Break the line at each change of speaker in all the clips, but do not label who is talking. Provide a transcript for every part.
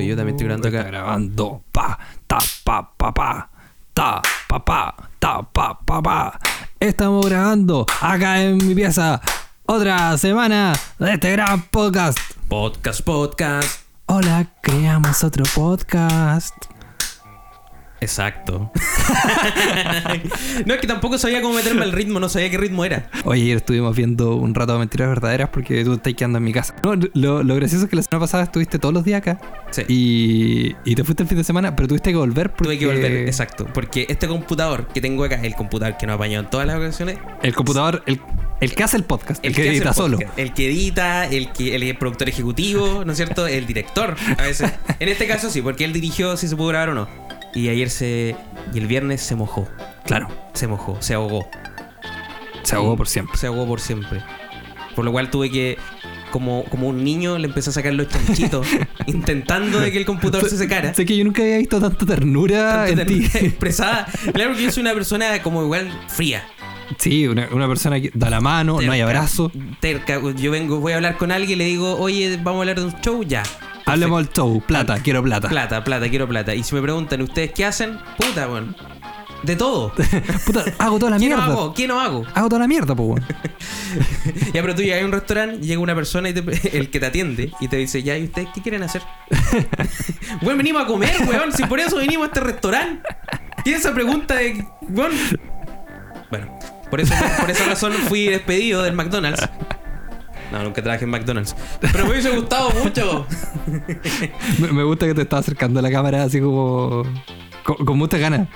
yo también estoy grabando
Está
acá.
grabando. Pa, ta, pa, pa, pa. Ta, pa, pa, ta, pa, pa, pa. Estamos grabando acá en mi pieza. Otra semana de este gran podcast.
Podcast, podcast.
Hola, creamos otro podcast.
Exacto. no, es que tampoco sabía cómo meterme al ritmo, no sabía qué ritmo era.
Oye, ayer estuvimos viendo un rato de mentiras verdaderas porque tú estás quedando en mi casa. No, lo, lo gracioso es que la semana pasada estuviste todos los días acá.
Sí.
Y, y te fuiste el fin de semana, pero tuviste que volver porque...
Tuve que volver, exacto. Porque este computador que tengo acá, el computador que nos apañó en todas las ocasiones,
El computador, el, el que hace el podcast, el, que,
hace el
edita solo.
podcast, El que edita, el que el productor ejecutivo, ¿no es cierto? El director, a veces. En este caso sí, porque él dirigió si se pudo grabar o no. Y ayer se. Y el viernes se mojó.
Claro,
Se mojó, se ahogó.
se ahogó por siempre.
Se ahogó por siempre. Por lo cual tuve que. Como, como un niño le empecé a sacar los chanchitos, intentando de que el computador se secara.
Sé que yo nunca había visto tanta ternura
Tanto
en ti.
ternura expresada. Claro que yo soy una persona como igual fría.
Sí, una, una persona que da la mano, Oh, no hay
Terca.
abrazo.
Terca. Yo vengo, voy a hablar con alguien y le digo, oye, vamos a hablar de un show ya.
Hablemos del show, plata, quiero plata.
Plata, plata, quiero plata. Y si me preguntan, ¿ustedes qué hacen? Puta, weón. De todo.
Puta, hago toda la
¿Qué no
mierda.
hago? ¿Qué no hago?
Hago toda la mierda, po, weón.
Ya, pero tú llegas a un restaurante, llega una persona, y te- el que te atiende, y te dice, ya, ¿y ustedes qué quieren hacer? weón, venimos a comer, weón. Si por eso vinimos a este restaurante. Tiene esa pregunta de, weón. Bueno, por, eso, por esa razón fui despedido del McDonald's. No, nunca trabajé en McDonald's. Pero me hubiese gustado mucho.
Me, me gusta que te estás acercando a la cámara así como. co- Con, muchas ganas.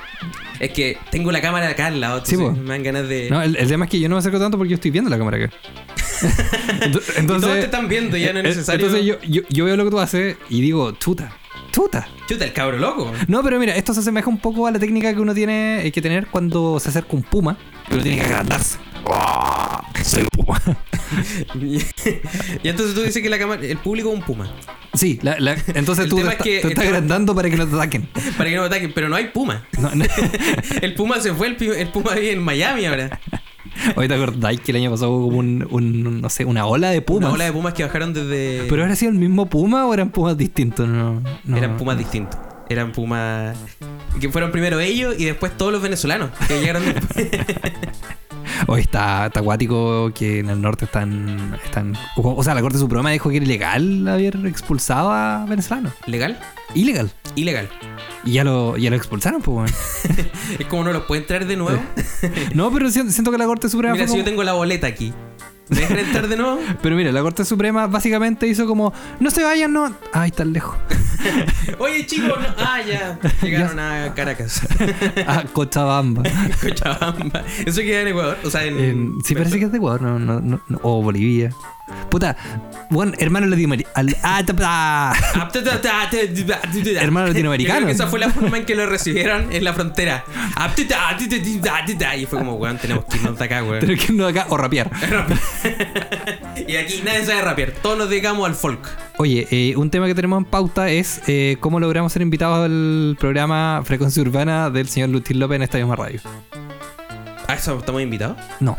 Es que tengo la cámara acá al lado,
Sí,
entonces
po.
me dan ganas de...
No, el, el tema es que yo no me acerco tanto porque yo estoy viendo la cámara acá. Ento-
Y
Entonces.
todos te están viendo, ya no es
eh,
necesario.
Entonces yo, yo, yo veo lo que tú haces y digo, chuta, chuta.
Chuta, el cabro loco.
No, pero mira, esto se asemeja un poco a la técnica que uno tiene eh, que tener cuando se acerca un puma. Que uno tiene que agrandarse.
¡Ah!
Soy un puma.
y entonces tú dices que la cámara, el público es un puma.
Sí, la- la- entonces
El
tú te,
tema es
está-
que-
te estás
el-
agrandando para que no te ataquen.
Para que no me ataquen, pero no hay puma.
No, no.
El puma se fue, el, pi- el puma vive en Miami ahora.
Hoy te acordáis que el año pasado hubo como un, un, no sé, una ola de pumas.
Una ola de pumas que bajaron desde.
¿Pero ahora sido el mismo puma o eran pumas distintos? No, no.
Eran pumas distintos. Eran pumas. Que fueron primero ellos y después todos los venezolanos que llegaron después.
Hoy está, está acuático que en el norte están, están. O sea, la Corte Suprema dijo que era ilegal haber expulsado a venezolanos.
¿Legal?
Ilegal.
Ilegal.
Y ya lo, ya lo expulsaron, pues, weón.
Es como no los pueden traer de nuevo.
No, pero si- siento que la Corte Suprema.
Mira,
fue
si yo
como-
tengo la boleta aquí. ¿Me dejan entrar de nuevo?
Pero mira, la Corte Suprema básicamente hizo como: no se vayan, no. Ay, tan lejos.
Oye, chicos, no- ah, ya. Llegaron a Caracas. Ah,
A Cochabamba.
Cochabamba. Eso queda en Ecuador. O sea, en.
En- sí, parece que es de Ecuador, no, no, no, no. O Bolivia. Puta, bueno, hermano latinoamericano.
Ah,
Hermano
Hermano
latinoamericano.
Esa fue la forma en que lo recibieron en la frontera. Ah, Y fue como, weón, tenemos que irnos de acá, weón.
Tener que irnos de acá o rapear.
Y aquí nadie sabe rapear. Todos nos dedicamos al folk.
Oye, eh, un tema que tenemos en pauta es eh, cómo logramos ser invitados al programa Frecuencia Urbana del señor Lutín López en esta misma radio.
¿A eso estamos invitados?
No.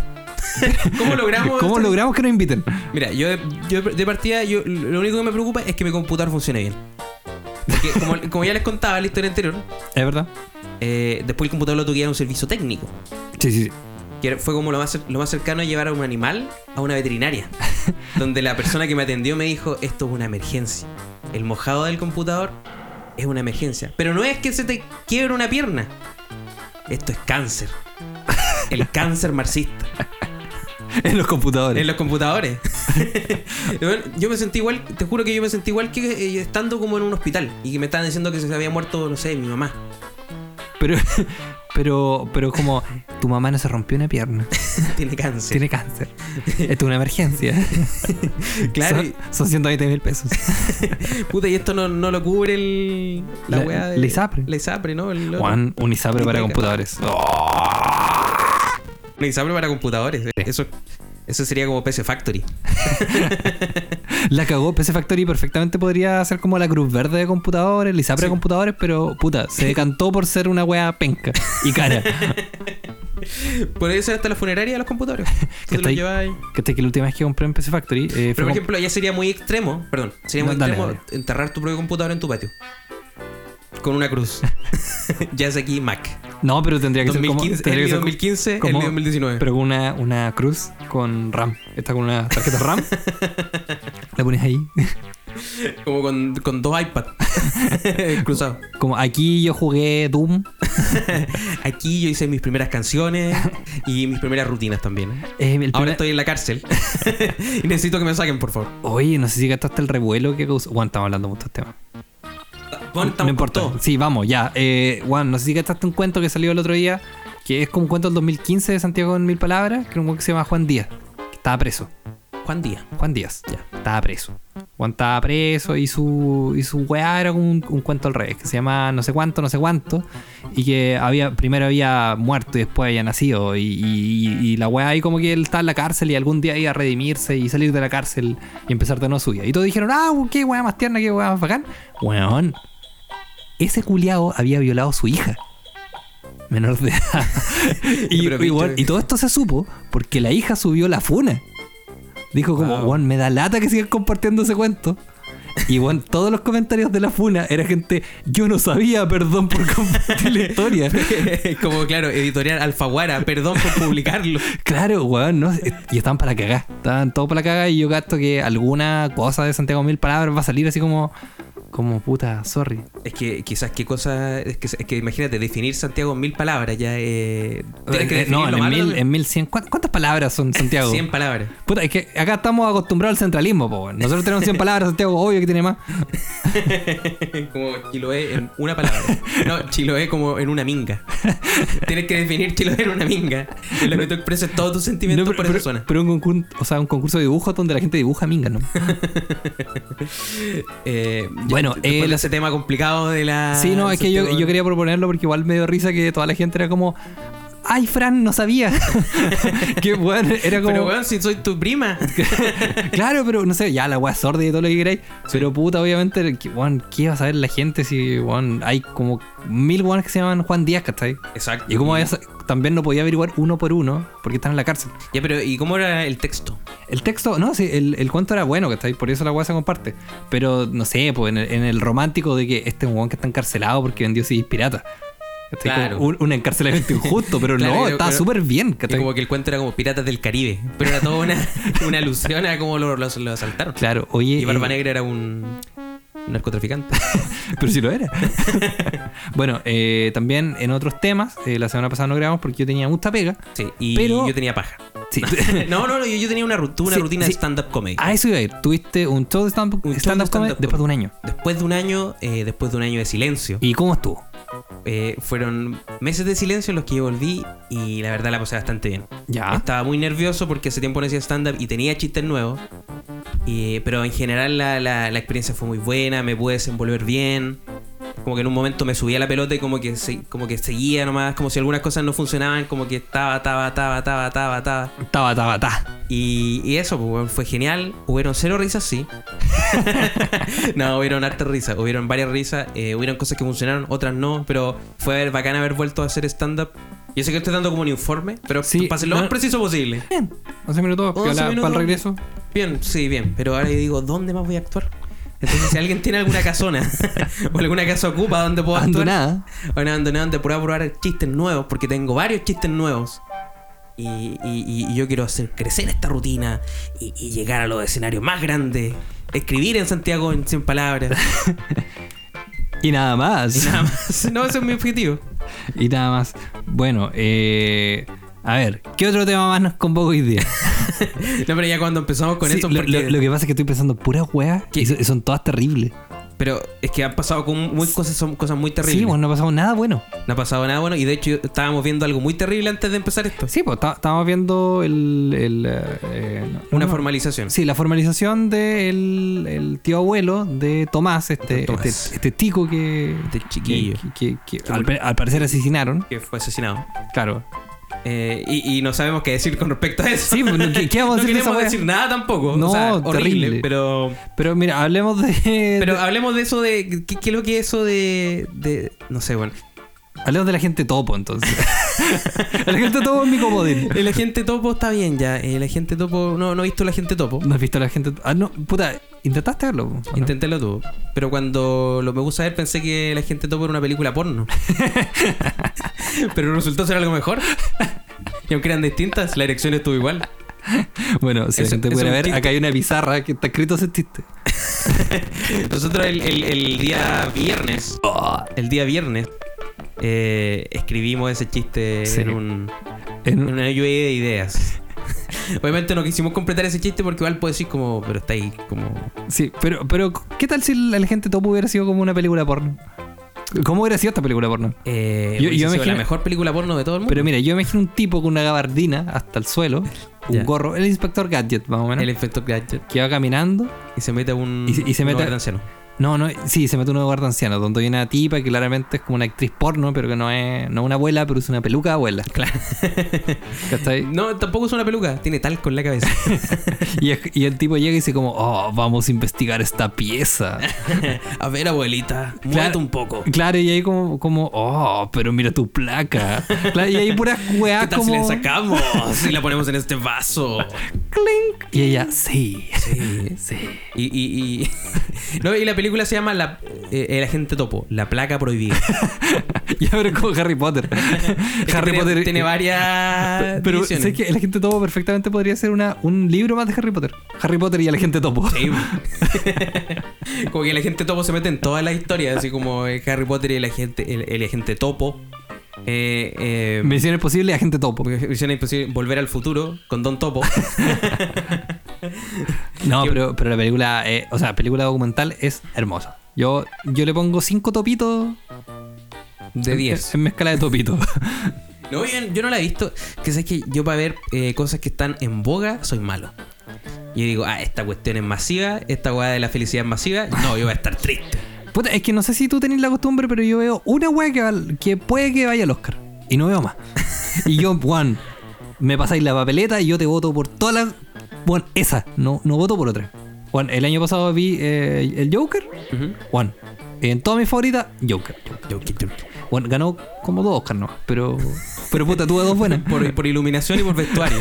¿Cómo logramos?
¿Cómo logramos que nos inviten?
Mira, yo, yo de partida, yo, lo único que me preocupa es que mi computador funcione bien. Porque como, como ya les contaba en la historia anterior,
¿Es verdad?
eh, después el computador lo tuve que ir a un servicio técnico.
Sí, sí, sí.
que era- fue como lo más, cer- lo más cercano a llevar a un animal a una veterinaria, donde la persona que me atendió me dijo, esto es una emergencia. El mojado del computador es una emergencia. Pero no es que se te quiebre una pierna. Esto es cáncer. El cáncer marxista.
En los computadores.
En los computadores. Bueno, yo me sentí igual, te juro que yo me sentí igual que eh, estando como en un hospital y que me estaban diciendo que se había muerto, no sé, mi mamá.
Pero, pero, pero como tu mamá no se rompió una pierna.
Tiene cáncer.
Tiene cáncer. Esto es una emergencia.
Claro,
Son, son 120 mil pesos.
Puta, y esto no, no lo cubre el, la,
La-
weá de.
la ISAPRE.
La ISAPRE, ¿no? El otro.
Juan, un ISAPRE para
Implica.
computadores.
Oh. La ISAPRE para computadores. Eso, eso sería como PC Factory.
La cagó PC Factory perfectamente podría ser como la Cruz Verde de computadores, el ISAPRE de computadores, pero puta, se decantó por ser una wea penca y cara.
Por eso hasta la funeraria de los computadores. Tú te
está
lo
ahí?
llevas ahí.
Que este que la última vez que compré en PC Factory eh, fue
Pero por
con-
ejemplo, ya sería muy extremo, perdón, sería
No,
muy
dale,
extremo
dale.
enterrar tu propio computador en tu patio. Con una cruz. ya es aquí Mac.
No, pero tendría que ser como...
2015,
tendría
el
que ser
2015,
como-
el 2019.
Pero con una, una cruz con RAM. Está con una tarjeta RAM. la pones ahí.
Como con, con dos iPads cruzados.
Como aquí yo jugué Doom.
Aquí yo hice mis primeras canciones y mis primeras rutinas también.
Eh, el
Ahora
primer-
estoy en la cárcel. y necesito que me saquen, por favor.
Oye, no sé si gastaste el revuelo que causó. Juan, estamos hablando de muchos temas.
Bueno,
no
estamos
importa.
con todo.
Sí, vamos, ya. Eh, Juan, no sé si gastaste un cuento que salió el otro día, que es como un cuento del 2015 de Santiago en Mil Palabras, que era un weón que se llama Juan Díaz, que estaba preso.
Juan Díaz.
Juan Díaz, ya, estaba preso. Juan estaba preso y su, y su weá era un, un cuento al revés, que se llama no sé cuánto, no sé cuánto, y que había primero había muerto y después había nacido, y, y- y la weá ahí como que él estaba en la cárcel y algún día iba a redimirse y salir de la cárcel y empezar de nuevo suya. Y todos dijeron, ah, qué weá más tierna, qué weá más bacán. Weón, ese culiao había violado a su hija. Menor de edad. y,
Pero,
y, weón,
viste-
y todo esto se supo porque la hija subió la funa. Dijo como,
Wow.
Juan, me da lata que sigan compartiendo ese cuento. Y bueno, todos los comentarios de la funa era gente, yo no sabía, perdón por compartir la historia.
Como, claro, editorial Alfaguara, perdón por publicarlo.
Claro, weón, no, eh, y estaban para cagar. Estaban todos para cagar y yo gasto que alguna cosa de Santiago Mil Palabras va a salir así como, como puta, sorry.
Es que quizás qué cosa. Es que, es que imagínate, definir Santiago en mil palabras ya. Eh, tienes que
Eh, no,
definirlo
en
malo
mil,
también.
en mil cien. ¿cuán- ¿Cuántas palabras son Santiago?
100 palabras.
Puta, es que acá estamos acostumbrados al centralismo, po, weón. Nosotros tenemos 100 palabras, Santiago, obvio que tiene más.
Como Chiloé en una palabra. No, Chiloé como en una minga. Tienes que definir Chiloé en una minga. En la que tú expreses todos tus sentimientos
No,
por
pero,
esa zona.
pero un concurso, o sea, un concurso de dibujos donde la gente dibuja minga, ¿no?
Eh, ya,
Bueno,
después
eh,
de
la-
ese tema complicado de la.
Sí, no, es que yo,
Santiago-
yo quería proponerlo porque igual me dio risa que toda la gente era como, ay, Fran, no sabía. que bueno, era como,
Pero weón, si soy tu prima.
claro, pero no sé, ya la weá sorda y todo lo que queráis. Pero puta, obviamente, que, weón, ¿qué iba a saber la gente si, weón, hay como mil weones que se llaman Juan Díaz, ¿cachai?
Exacto.
Y como esa- también no podía averiguar uno por uno porque están en la cárcel.
Ya, pero ¿y cómo era el texto?
El texto, no, sí, el, el cuento era bueno, ¿cachai? Por eso la weá se comparte. Pero no sé, pues en el, en el romántico de que este es un weón que está encarcelado porque vendió CDs pirata. ¿Cachai? Como
Claro.
Un, un encarcelamiento injusto, pero
Claro,
no,
pero-
está
pero-
súper bien,
Y
¿cachai?
como que el cuento era como Piratas del Caribe. Pero era toda una, una alusión a cómo lo, lo- lo asaltaron.
Claro, oye.
Y Barba
eh,
Negra era un, un narcotraficante.
Pero si lo era. bueno, eh, también en otros temas, eh, la semana pasada no grabamos porque yo tenía mucha pega.
Sí, y
Pero-
yo tenía paja.
Sí.
No, no, no, yo, yo tenía una, ru- tuve una
Sí,
rutina
sí.
de stand-up comedy.
A eso iba a ir. Tuviste un show de stand-up
Un show de
stand-up comedy
stand-up
después de un año.
Después de un año, eh, después de un año de silencio,
¿Y cómo estuvo?
eh, fueron meses de silencio en los que yo volví y la verdad la pasé bastante bien.
Ya.
Estaba muy nervioso porque hace tiempo no hacía stand-up y tenía chistes nuevos. Y- pero en general la, la- la experiencia fue muy buena, me pude desenvolver bien. Como que en un momento me subía la pelota y como que, se- como que seguía nomás, como si algunas cosas no funcionaban, como que estaba, estaba, estaba, estaba, estaba, estaba.
Estaba, estaba, estaba.
Y, y eso, pues, weón, fue genial. Hubieron cero risas, sí. no, hubieron hartas risas. Hubieron varias risas. eh, hubieron cosas que funcionaron, otras no. Pero fue bacán haber vuelto a hacer stand-up. Yo sé que estoy dando como un informe, pero
Sí,
para ser lo
no-
más preciso posible.
Bien. 11 minutos,
11
piola, para el
minutos.
regreso.
Bien, sí, bien. Pero ahora yo digo, ¿dónde más voy a actuar? Entonces, si alguien tiene alguna casona o alguna casa ocupa donde puedo actuar,
Abandonada.
Bueno, abandonado te puedo probar chistes nuevos porque tengo varios chistes nuevos. Y, y- y- y yo quiero hacer crecer esta rutina y, y llegar a los escenarios más grandes. Escribir en Santiago en 100 palabras.
Y nada
Y
más.
nada más. No, ese es mi objetivo.
Y nada más. Bueno, eh, a ver, ¿qué otro tema más nos convoca hoy día?
No, pero ya cuando empezamos con
Sí,
esto.
lo,
porque-
lo- lo que pasa es que estoy pensando puras weas
¿Qué?
y so- y son todas terribles.
Pero es que han pasado con muy cosas, son cosas muy terribles.
Sí, bueno, no pasamos nada bueno.
No ha pasado nada bueno. Y de hecho, estábamos viendo algo muy terrible antes de empezar esto.
Sí, pues está- estábamos viendo el. el, eh, no,
Una
no,
formalización.
Sí, la formalización del el tío abuelo de Tomás, este,
Tomás.
este, este tico que.
Este chiquillo.
Que, que- que al, pa- al parecer asesinaron.
Que fue asesinado.
Claro.
Eh, y, y no sabemos qué decir con respecto a eso.
Sí, pues, no, ¿qué- qué vamos a
no
decir de esa
queremos
wea?
decir nada tampoco.
No,
o sea, horrible.
terrible.
Pero,
Pero mira, hablemos de.
pero
de-
hablemos de eso de. ¿Qué, qué es lo que es eso de, de- No sé, bueno.
Hablemos de la gente topo, entonces. la gente topo es mi comodín.
El agente topo está bien ya. El agente topo. No, no he visto el agente topo.
¿No has visto a la gente? Ah, no, puta, intentaste verlo. ¿o no?
Intenté lo tuvo. Pero cuando lo me puse a ver pensé que el agente topo era una película porno. Pero resultó ser algo mejor. Y aunque eran distintas, la erección estuvo igual.
Bueno, si la
Eso-
gente
eso
pudiera
es un
ver,
chiste.
acá hay una pizarra que está escrito ese chiste.
Nosotros el, el- el día viernes.
Ah,
El día viernes. eh, escribimos ese chiste
Sí.
en un.
En
en
un-
una lluvia de ideas. Obviamente no quisimos completar ese chiste porque igual puedo decir como, pero está ahí como...
Sí, pero, pero ¿qué tal si la gente topo hubiera sido como una película porno? ¿Cómo hubiera sido esta película porno?
Eh,
Yo-
hubiese
yo
sido
imagino-
la mejor película porno de todo el mundo.
Pero mira, yo imagino un tipo con una gabardina hasta el suelo, un
Ya.
gorro, el inspector Gadget, más o menos,
El efecto Gadget.
que va caminando.
Y se mete a un...
Y se- y se
un
mete-
hogar de ancianos.
No, no, sí, se mete un guarda anciano, donde hay una tipa que claramente es como una actriz porno, pero que no es, no es una abuela, pero es una peluca de abuela. Claro. ¿Cachai?
Eh, No, tampoco es una peluca. Tiene talco en la cabeza.
Y, es- y el tipo llega y dice como, oh, vamos a investigar esta pieza.
a ver, abuelita. Muévete
Claro.
un poco. ¿Qué
Claro, y ahí como, como, oh, pero mira tu placa. Claro, y ahí puras weas
tal si
como...
la sacamos? Si la ponemos en este vaso.
clink. Y ella, sí,
Sí.
sí.
Y, y, y- no, y la película se llama la, eh, El agente topo. La placa prohibida.
Ya, pero como Harry Potter. eh,
Es que tiene, Tiene varias...
Pero
divisiones.
sé que el agente topo perfectamente podría ser una, un libro más de Harry Potter. Harry Potter y el agente topo.
Sí. como que la gente topo se mete en todas las historias, así como eh, Harry Potter y la gente, el, el agente topo. Eh, eh,
Misión imposible, agente topo.
Misión Imposible, Volver al futuro con Don Topo.
No,
Que-
pero, pero la película, eh, o sea, película documental es hermosa. Yo, yo le pongo cinco topitos
De 10.
en, en mi escala de topitos.
No, yo, yo no la he visto. Que sabes que yo para ver eh, cosas que están en boga soy malo. Yo digo, ah, esta cuestión es masiva, esta weá de la felicidad es masiva. No, yo voy a estar triste.
Puta, es que no sé si tú tenés la costumbre, pero yo veo una wea que, val- que puede que vaya al Oscar. Y no veo más. Y yo, Juan, me pasáis la papeleta y yo te voto por todas las. Juan, esa. No, no voto por otra. Juan, el año pasado vi eh, el Joker.
Ujú.
Juan, en todas mis favoritas, Joker.
Yo, que- yo-
Juan ganó como dos Oscars, ¿no? Pero, pero puta, tuve dos buenas.
por, por iluminación y por vestuario.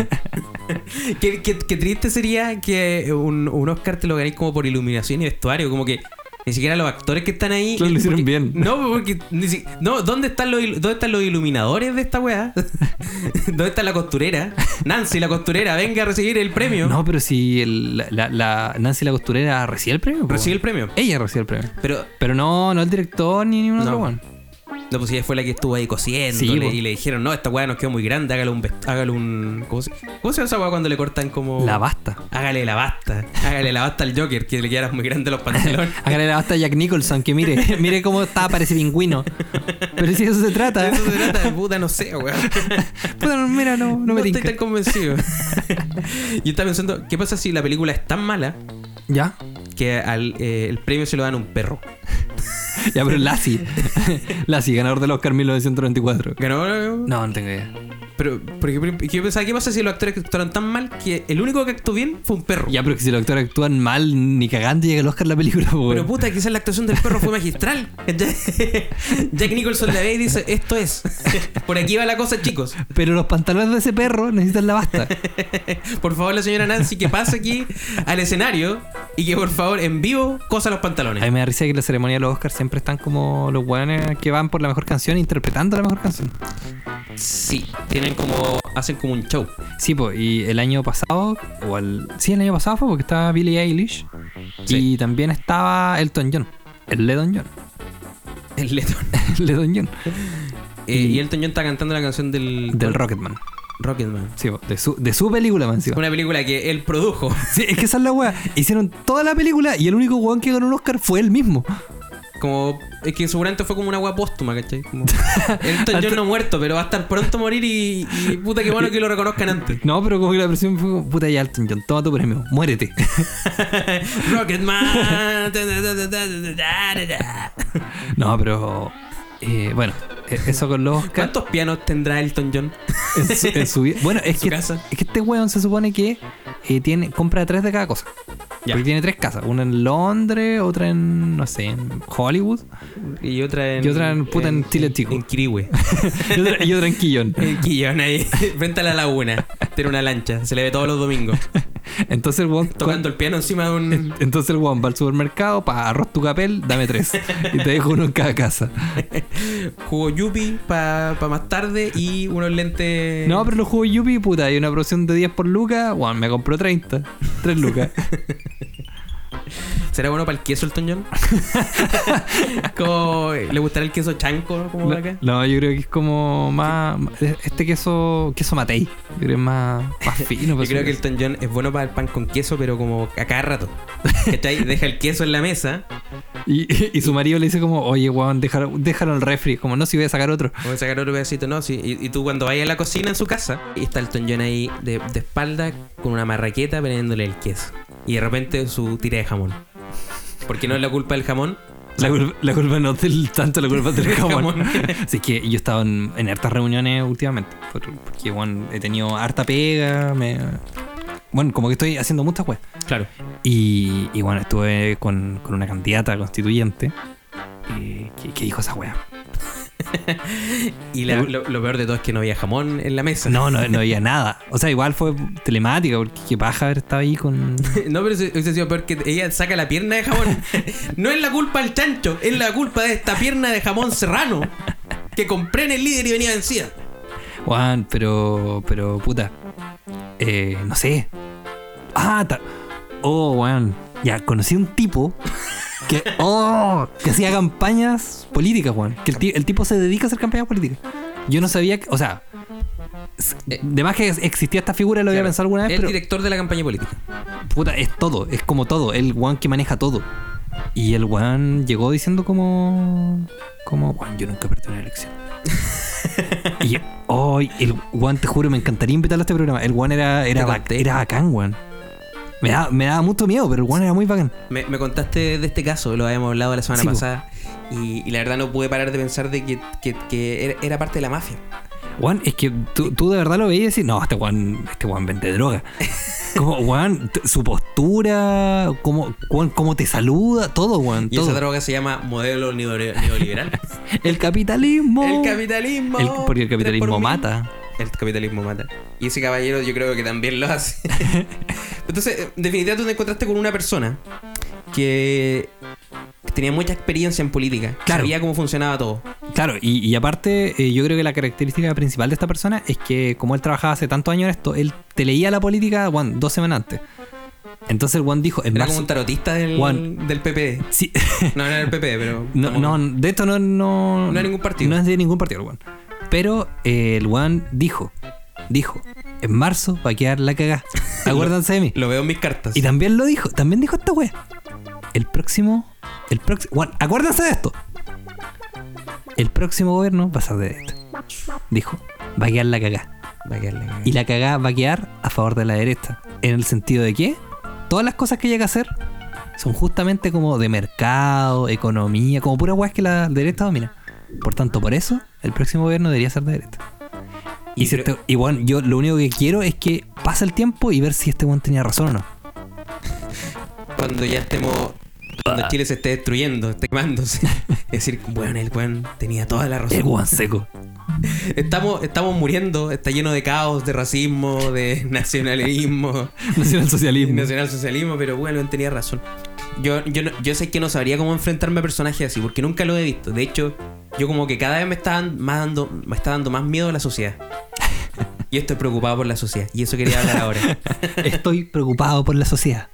qué, qué- qué triste sería que un, un Oscar te lo ganéis como por iluminación y vestuario. Como que ni siquiera los actores que están ahí.
Claro, lo hicieron
porque-
bien.
No, porque. ni si- no, ¿dónde están, los, il- ¿dónde están los iluminadores de esta weá? ¿Dónde está la costurera? Nancy, la costurera, venga a recibir el premio.
No, pero si el- la, la- la Nancy la costurera recibe el premio. po.
Recibe el premio.
Ella recibe el premio.
Pero
Pero no, no el director ni ningún otro
No.
one.
no, pues ella fue la que estuvo ahí cosiendo
Sí,
le-
po.
y le dijeron, no, esta weá nos quedó muy grande, hágale un vest- hágale un. ¿Cómo se, cómo se llama esa weá cuando le cortan como.
La basta.
Hágale la basta. Hágale la basta al Joker, que le quedaran muy grandes los pantalones.
Hágale la basta a Jack Nicholson, que mire, mire cómo está, parece pingüino. Pero si de eso se
De
trata.
eso se trata de puta, no sé, weón.
Puta, no, mira, no, no me
estoy
tinca.
tan convencido. Yo estaba pensando, ¿qué pasa si la película es tan mala
Ya,
que al, eh, el premio se lo dan a un perro?
ya, pero Lassie. Lassie, ganador del Oscar 1994.
Ganó.
No, no tengo idea.
Pero, por ejemplo, yo pensaba, ¿qué pasa si los actores que actuaron tan mal que el único que actuó bien fue un perro?
Ya, pero que si los actores actúan mal, ni cagando llega el Oscar la película, po,
Pero
weón.
puta, quizás la actuación del perro fue magistral. Jack Nicholson la ve y dice, esto es. Por aquí va la cosa, chicos.
Pero los pantalones de ese perro necesitan la basta.
Por favor, la señora Nancy, que pase aquí al escenario y que por favor en vivo cosa los
A mí
pantalones.
me da risa que en la ceremonia de los Oscars siempre están como los weones que van por la mejor canción interpretando la mejor canción.
Sí, tienen como. hacen como un show.
Sí, pues, y el año pasado, o el, sí, el año pasado fue porque estaba Billie Eilish
Sí.
y también estaba Elton John. El Ledon John.
El Letón.
El Ledon John.
Eh, y Elton John está cantando la canción del.
Del Rocketman.
Rocketman.
Sí, po, de su, de su película, man. Sí, po.
Una película que él produjo.
Sí, es que esa es la wea. Hicieron toda la película y el único weón que ganó un Oscar fue él mismo.
Como. Es que seguramente fue como una agua póstuma, ¿cachai? Como, Elton John no ha muerto, pero va a estar pronto a morir y, y puta que bueno que lo reconozcan antes.
No, pero como que la presión fue como, puta ya Elton John, toma tu premio, muérete.
Rocketman.
No, pero eh, bueno, eh, eso con los Oscars.
¿Cuántos pianos tendrá Elton John?
En su- en su vi- bueno, es
su
que,
casa.
es que este weón se supone que eh, tiene, compra tres de cada cosa.
Ya.
Porque tiene tres casas. Una en Londres, otra en, no sé, en Hollywood.
Y otra en.
Y otra en- puta, en Chile Chico.
En Kirihue.
y, otra, y otra en Quillón.
En Quillón, ahí. Frente a la laguna. Tiene una lancha. Se le ve todos los domingos.
Entonces el weón-
Tocando el piano encima de un.
Entonces el weón va al supermercado para arroz tu capel, dame tres. y te dejo uno en cada casa.
Jugo Yupi para más tarde y unos lentes.
No, pero los jugos Yupi, puta, hay una promoción de 10 por lucas. Weón, me compró 30. 3 lucas.
¿Será bueno para el queso el John? Como, ¿Le gustará el queso chanco como por acá?
No, yo creo que es como más. Este queso. Queso matei. Yo creo que es más, más fino.
Yo
pues,
creo que el John es bueno para el pan con queso, pero como a cada rato. ¿Cachai? Deja el queso en la mesa.
y, y su marido le dice como, oye, weón, déjalo, déjalo en el refri. Como, no, si voy a sacar otro.
Vamos a sacar otro pedacito, ¿no? Sí, y, y tú cuando vayas a la cocina en su casa, y está el John ahí de, de espalda con una marraqueta poniéndole el queso. Y de repente su tira de jamón. Porque no es la culpa del jamón.
La culpa, la culpa no es del tanto, la culpa es del
Del
jamón.
jamón.
Así que yo he estado en, en hartas reuniones últimamente. por- Porque, bueno, he tenido harta pega. me- Bueno, como que estoy haciendo muchas weas.
Claro.
Y, y bueno, estuve con, con una candidata constituyente eh, que, que dijo esa wea.
Y la- lo, lo peor de todo es que no había jamón en la mesa.
No, no, no había nada. O sea, igual fue telemática, porque qué paja haber estado ahí con.
No, pero eso- eso hubiese sido peor que ella saca la pierna de jamón. No es la culpa del chancho, es la culpa de esta pierna de jamón serrano que compré en el líder y venía vencida.
Juan, pero. pero puta. Eh, no sé. Ah, ta- Oh, Juan. Ya, conocí un tipo que. Oh, que hacía campañas políticas, Juan. Que el, ti- el tipo se dedica a hacer campañas políticas. Yo no sabía que. O sea. s- eh, De más que existía esta figura, lo había
Claro,
pensado alguna vez,
El
pero.
director de la campaña política.
Puta, es todo, es como todo, el one que maneja todo. Y el one llegó diciendo como. Como, Juan, yo nunca perdí una elección. y hoy, el one, te juro, me encantaría invitarlo a este programa. El one era, era,
Te
bac-
conté.
era bacán, Juan. Me daba, me daba mucho miedo, pero el one era muy bacán.
Me, me contaste de este caso, lo habíamos hablado la semana
Sí, po.
pasada, y, y la verdad no pude parar de pensar de que, que- que era, era parte de la mafia.
Juan, es que tú, tú de verdad lo veías y decís, no, este Juan, este Juan vende droga. Como, Juan, t- su postura, cómo, Juan, cómo te saluda, todo, Juan,
Y esa
todo.
droga se llama modelo neole- neoliberal.
El capitalismo.
el capitalismo.
El- porque el
tres
capitalismo
por mil.
mata.
El capitalismo mata. Y ese caballero yo creo que también lo hace. Entonces, en definitiva, tú te encontraste con una persona que tenía mucha experiencia en política.
Claro.
Sabía cómo funcionaba todo.
Claro, y, y aparte, eh, yo creo que la característica principal de esta persona es que, como él trabajaba hace tantos años en esto, él te leía la política, Juan, dos semanas antes. Entonces el Juan dijo, en
Era
marzo.
como un tarotista del,
Juan.
del PP.
Sí.
No, no era el PP, pero...
No, no, de esto no, no.
No hay ningún partido.
No es de ningún partido el Juan. Pero eh, el Juan dijo, dijo, en marzo va a quedar la cagada. Acuérdense de mí.
Lo veo en mis cartas.
Y también lo dijo, también dijo esta wea. El próximo, el próximo, Juan, acuérdense de esto. El próximo gobierno va a ser de derecha. Dijo, va a quedar la cagá.
Va a quedar la cagada.
Y la cagá va a quedar a favor de la derecha. En el sentido de que todas las cosas que llega a hacer son justamente como de mercado, economía, como puras weas que la derecha domina. Por tanto, por eso, el próximo gobierno debería ser de derecha. Y,
Y
si
creo-
este- y Juan, yo lo único que quiero es que pase el tiempo y ver si este Juan tenía razón o no.
cuando ya estemos. Cuando Chile se esté destruyendo, esté quemándose. Es decir, bueno, el weón tenía toda la
El
razón.
Juan seco.
Estamos, estamos muriendo, está lleno de caos, de racismo, de nacionalismo,
Nacionalsocialismo.
nacionalsocialismo, pero bueno, él tenía razón. Yo, yo, no- yo sé que no sabría cómo enfrentarme a personajes así, porque nunca lo he visto. De hecho, yo como que cada vez me está, dan- más dando, me está dando más miedo la sociedad. Y estoy preocupado por la sociedad, y eso quería hablar ahora.
Estoy preocupado por la sociedad.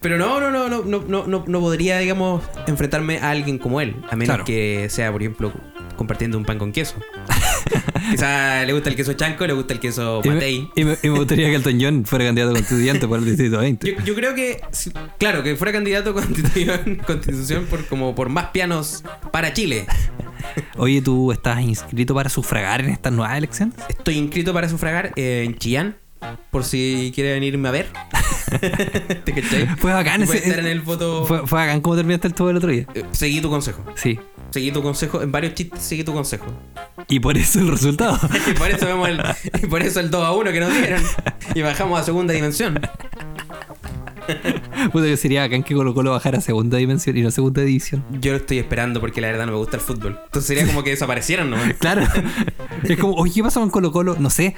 Pero no, no, no, no, no, no, no, no podría, digamos, enfrentarme a alguien como él. A menos
Claro.
que sea, por ejemplo, compartiendo un pan con queso. Quizá le gusta el queso chanco, le gusta el queso
Y me,
matei.
y me- y me gustaría que Elton John fuera candidato constituyente por el distrito 20.
Yo, yo creo que, si- claro, que fuera candidato a constitución, constitución por, como por más pianos para Chile.
Oye, ¿tú estás inscrito para sufragar en estas nuevas elecciones?
Estoy inscrito para sufragar eh, en Chillán, por si quiere venirme a ver. ¿Te cachai?
Fue bacán
Y puede
ese.
estar en el voto.
Fue, fue bacán como terminaste el tubo el otro día.
Eh, Seguí tu consejo.
Sí.
Seguí tu consejo. En varios chistes, seguí tu consejo.
Y por eso el resultado.
Y por eso vemos el, y por eso el 2 a 1 que nos dieron. Y bajamos a segunda dimensión.
Puta que sería acá en que Colo Colo bajara a segunda dimensión y no segunda división.
Yo lo estoy esperando porque la verdad no me gusta el fútbol. Entonces sería como que desaparecieran nomás.
Claro. Es como, oye, ¿qué pasa con Colo Colo? No sé.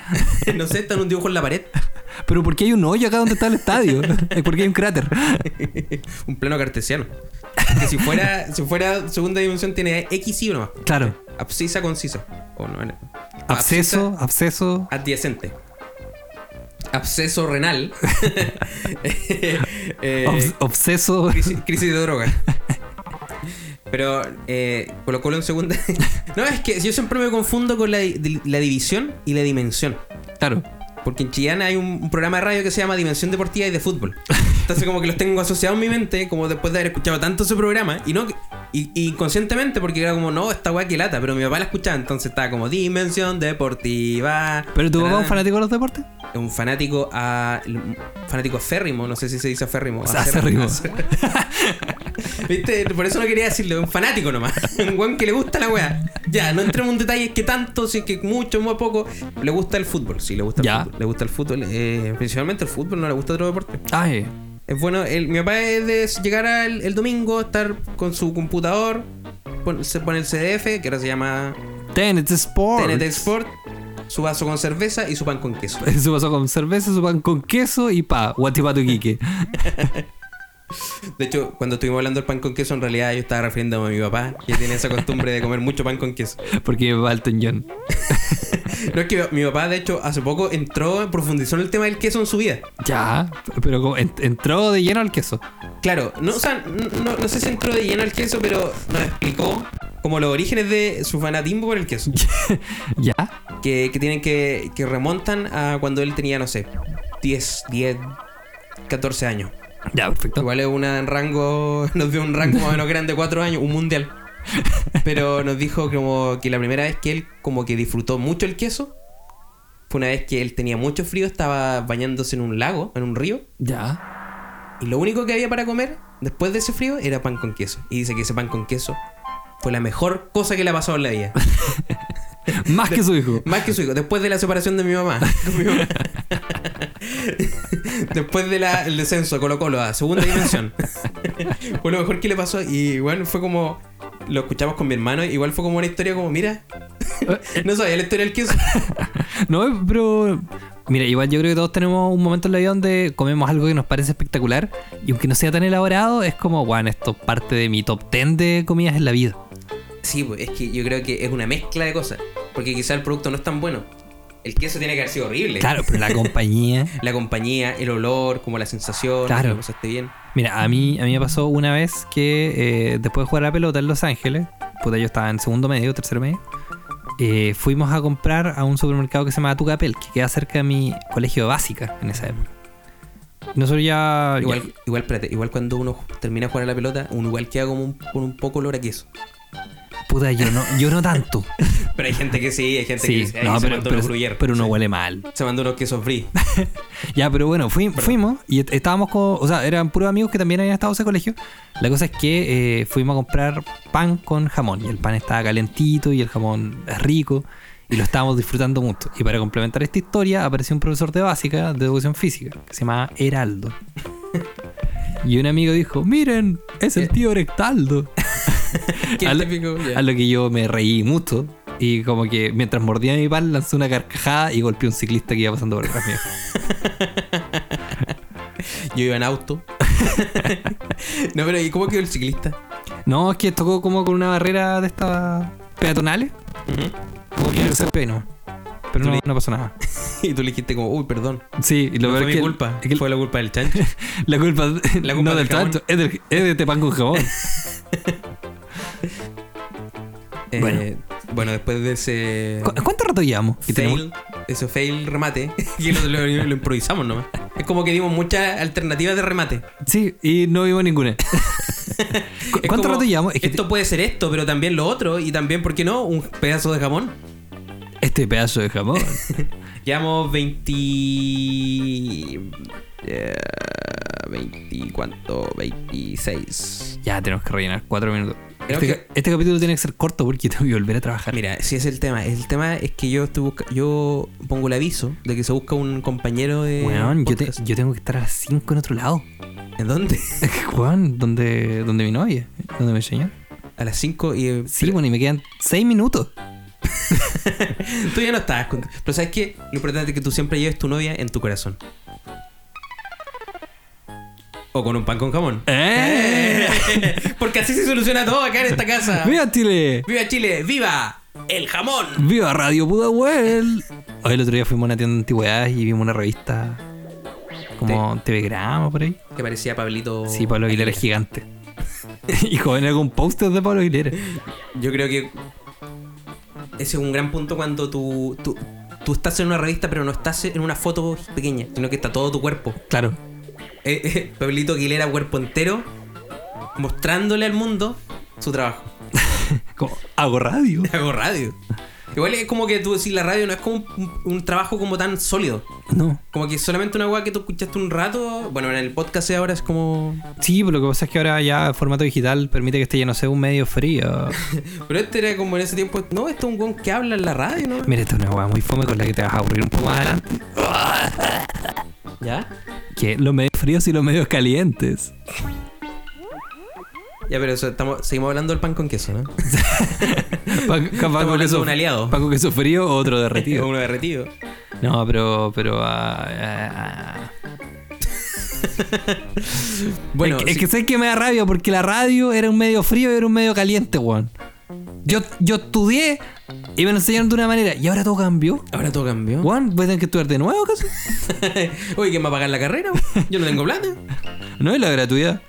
No sé, están un dibujo en la pared.
Pero ¿por qué hay un hoyo acá donde está el estadio? Es porque hay un cráter.
un plano cartesiano. Que si fuera, si fuera segunda dimensión tiene X y nomás.
Claro.
Abscisa concisa. O no era.
Absceso,
Abscisa
absceso.
Adyacente. Absceso renal. Eh,
obs- Obseso.
crisis, crisis de droga. Pero eh, Colo Colo en segunda. no, es que yo siempre me confundo con la, di- la división y la dimensión.
Claro.
Porque en Chillán hay un, un programa de radio que se llama Dimensión Deportiva y de Fútbol. Entonces como que los tengo asociados en mi mente, como después de haber escuchado tanto ese programa, y no y, y inconscientemente, porque era como, no, esta weá que lata, pero mi papá la escuchaba, entonces estaba como Dimensión Deportiva.
¿Pero tu papá es un
Tarán.
fanático de los deportes?
Es un fanático a. un fanático aférrimo, no sé si se dice aférrimo.
O sea, acérrimo.
¿Viste? Por eso no quería decirlo, un fanático nomás. Un weón que le gusta la weá. Ya, no entremos en detalles que tanto, si es que mucho, muy poco. Le gusta el fútbol, sí, le gusta el
Ya.
fútbol. Le gusta el fútbol, eh, principalmente el fútbol, no le gusta otro deporte.
Ay.
Es bueno, el- mi papá es de llegar al, el domingo, estar con su computador, pon- se pone el CDF, que ahora se llama
TNT Sport.
TNT Sport, su vaso con cerveza y su pan con queso.
Su vaso con cerveza, su pan con queso y pa, guatipato quique.
De hecho, cuando estuvimos hablando del pan con queso, en realidad yo estaba refiriéndome a mi papá, que tiene esa costumbre de comer mucho pan con queso.
Porque va Elton John.
No es que mi papá, de hecho, hace poco entró, profundizó en el tema del queso en su vida.
Ya, pero como en- entró de lleno al queso.
Claro, no, o sea, no, no- no sé si entró de lleno al queso, pero nos explicó como los orígenes de su fanatismo por el queso.
ya,
Que, que tienen que, que remontan a cuando él tenía, no sé, 10, 10, 14 años.
ya, perfecto.
Igual es una en rango, nos dio un rango más o menos grande, cuatro años, un mundial. Pero nos dijo como que la primera vez que él como que disfrutó mucho el queso fue una vez que él tenía mucho frío, estaba bañándose en un lago, en un río,
Ya,
y lo único que había para comer después de ese frío era pan con queso. Y dice que ese pan con queso fue la mejor cosa que le ha pasado en la vida.
más que su hijo.
Más que su hijo, después de la separación de mi mamá. con mi mamá. después del descenso de Colo Colo a segunda dimensión. fue lo mejor que le pasó y igual fue como... Lo escuchamos con mi hermano, igual fue como una historia como, mira, no sabía la historia del queso.
No, pero. Mira, igual yo creo que todos tenemos un momento en la vida donde comemos algo que nos parece espectacular y aunque no sea tan elaborado, es como, bueno, esto es parte de mi top 10 de comidas en la vida.
Sí, pues, es que yo creo que es una mezcla de cosas, porque quizá el producto no es tan bueno. El queso tiene que haber sido horrible.
Claro, pero la compañía.
La compañía, el olor, como la sensación,
Claro.
que lo pasaste bien.
Mira, a mí, a mí me pasó una vez que eh, después de jugar a la pelota en Los Ángeles, puta, yo estaba en segundo medio, tercero medio, eh, fuimos a comprar a un supermercado que se llama Tucapel, que queda cerca de mi colegio de básica en esa época. Nosotros ya.
Igual, igual, espérate, igual cuando uno termina de jugar a la pelota, uno igual queda como un, con un poco olor a queso.
ya- puta, yo no, yo no tanto.
Pero hay gente que sí, hay gente que
sí,
dice, "Ay,
no,
se
pero,
mandó
pero,
unos gruyere".
pero uno
Sí.
huele mal.
Se mandó unos quesos brie.
Ya, pero bueno, fui- fuimos y est- estábamos con. O sea, eran puros amigos que también habían estado en ese colegio. La cosa es que eh, fuimos a comprar pan con jamón. Y el pan estaba calentito y el jamón es rico. Y lo estábamos disfrutando mucho. Y para complementar esta historia, apareció un profesor de básica de educación física que se llamaba Heraldo. Y un amigo dijo: Miren, es el tío Rectaldo.
Qué
Al-
típico, ya.
A lo que yo me reí mucho. Y como que mientras mordía mi pan, lancé una carcajada y golpeé a un ciclista que iba pasando por detrás mío.
Yo iba en auto. no, pero ¿y cómo quedó el ciclista?
No, es que tocó como con una barrera de estas peatonales. Como que se pegó y no. Pero no, no pasó nada.
Y tú le dijiste como, uy, perdón.
Sí, y lo peor
no fue
es
mi
que-
culpa.
es que
Fue la culpa del chancho.
la culpa,
la culpa
no del
del jamón.
tanto, es, del- es de este pan con jabón.
Eh, bueno.
Bueno.
después de ese...
¿Cuánto rato llevamos? que tenemos?
Fail, ese fail remate. y lo, lo- lo improvisamos nomás. Es como que dimos muchas alternativas de remate.
Sí, y no vimos ninguna. ¿Cu-
Es
¿Cuánto
como,
rato llevamos? Es que
esto puede ser esto, pero también lo otro. Y también, ¿por qué no? Un pedazo de jamón.
este pedazo de jamón.
Llevamos 20. eh, 20. ¿Cuánto? 26.
ya, tenemos que rellenar cuatro minutos.
Creo
Este, ca- este capítulo tiene que este ser corto porque tengo que volver a trabajar.
Mira, si es el tema. El tema es que yo estoy busca- yo pongo el aviso de que se busca un compañero de.
Weón, yo, te-
podcast.
yo tengo que estar a las 5 en otro lado.
¿En dónde?
Juan, ¿dónde, dónde mi novia? ¿Dónde me enseñó?
A las 5 y. eh,
Sí, bueno, y me quedan seis minutos.
Tú ya no estabas con... Pero sabes que lo importante es que tú siempre lleves tu novia en tu corazón. O con un pan con jamón.
¡Eh!
Porque así se soluciona todo acá en esta casa.
¡Viva Chile!
¡Viva Chile! ¡Viva el jamón!
¡Viva Radio Pudahuel! Hoy el otro día fuimos a una tienda de antigüedades y vimos una revista como TV Grama por ahí.
Que parecía Pablito.
Sí, Pablo Aguilera es gigante. y joven algún póster de Pablo Aguilera.
Yo creo que ese es un gran punto cuando tú, tú, tú estás en una revista, pero no estás en una foto pequeña, sino que está todo tu cuerpo.
Claro.
Eh, eh, Pablito Aguilera, cuerpo entero, mostrándole al mundo su trabajo.
Como, hago radio.
Hago radio. Igual es como que tú decís, la radio no es como un, un trabajo como tan sólido.
No.
Como que solamente una weá que tú escuchaste un rato. Bueno, en el podcast de ahora es como.
Sí, pero lo que pasa es que ahora ya el formato digital permite que esté ya no sé, un medio frío.
Pero este era como en ese tiempo. No, esto es un weón que habla en la radio, ¿no?
Mira, esto es una hueá muy fome con la que te vas a aburrir un poco más adelante.
¿Ya?
Que los medios fríos y los medios calientes.
Ya, pero eso, estamos, seguimos hablando del pan con queso, ¿no?
Paco, capaz
hablando
con queso,
de un aliado.
Paco queso frío o otro derretido.
Uno derretido.
No, pero. pero ah, ah, ah.
Bueno,
es, que- es
sí,
que sé que me da rabia porque la radio era un medio frío y era un medio caliente, weón. Yo, yo estudié y me lo enseñaron de una manera y ahora todo cambió.
ahora todo cambió.
Weón, voy a tener que estudiar de nuevo, ¿acaso?
Oye, ¿quién va a pagar la carrera? Yo no tengo plata.
No es la gratuidad.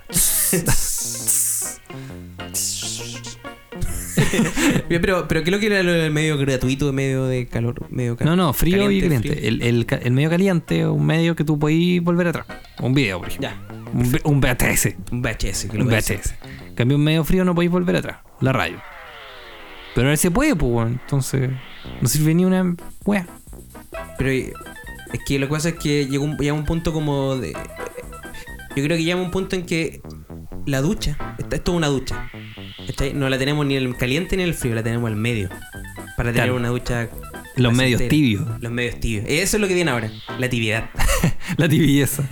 Bien, pero, pero creo que era lo del medio gratuito, medio de calor, medio calor.
No, no, frío y
Caliente,
caliente. El, el ca- el medio caliente es un medio que tú podís volver atrás. Un video, por ejemplo.
Ya,
Un, V- un VHS.
un VHS. Que lo
Un
voy a hacer.
VHS. En Cambio un medio frío, no podéis volver atrás. La radio. Pero ahora se puede, pues, weón. Entonces, no sirve ni una wea.
Pero eh, es que lo que pasa es que llegó un, llega un punto como de. Yo creo que llega un punto en que la ducha, esta- esto es una ducha. ¿cachai? No la tenemos ni en el caliente ni en el frío, la tenemos al medio. Para tener
Claro.
una ducha.
Los medios
placentera.
tibios.
Los medios tibios. Eso es lo que tiene ahora, la tibiedad.
La tibieza.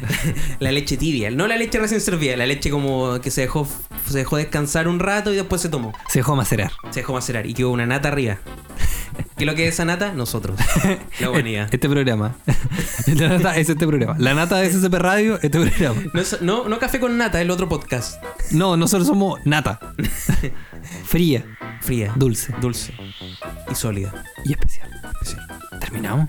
La leche tibia, no la leche recién servida, la leche como que se dejó se dejó descansar un rato y después se tomó,
Se dejó macerar.
se dejó macerar y quedó una nata arriba. ¿Qué es lo que es esa nata? Nosotros, la humanidad.
Este programa. La nata es este programa. La nata de SCP Radio, este programa.
No, es- no, no café con nata, el otro podcast.
No, nosotros somos nata. Fría,
Fría,
dulce
dulce y sólida.
y especial.
Sí.
Terminamos.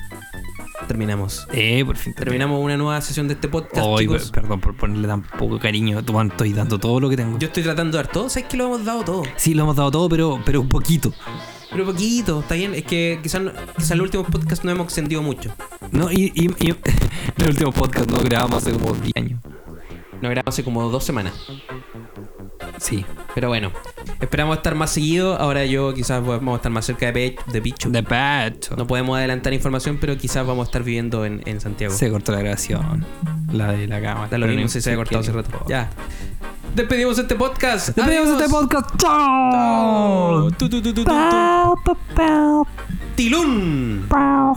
Terminamos.
Eh, por fin. terminamos.
Terminamos una nueva sesión de este podcast,
Ay,
chicos.
per- perdón por ponerle tan poco cariño. Juan, Estoy dando todo lo que tengo.
Yo estoy tratando de dar todo, sabes que lo hemos dado todo.
Sí, lo hemos dado todo, pero, pero un poquito.
Pero poquito, está bien, es que quizás no- quizás el último podcast no hemos extendido mucho.
No, y, y, y- el último podcast lo grabamos hace como 10 años.
Nos grabamos hace como dos semanas.
Sí.
Pero bueno, esperamos estar más seguido. Ahora yo quizás vamos a estar más cerca de, Pe- de Pichu.
De pecho.
No podemos adelantar información, pero quizás vamos a estar viviendo en, en Santiago.
Se cortó la grabación. La de la cámara.
Da lo
Pero no
mismo si se ha cortado hace
importa.
rato. Ya. Despedimos este podcast.
Despedimos
Adiós.
este podcast. ¡Chao!
Tu, tu, tu, tu, tu, tu.
Pow, pow, pow,
Tilún.
pow.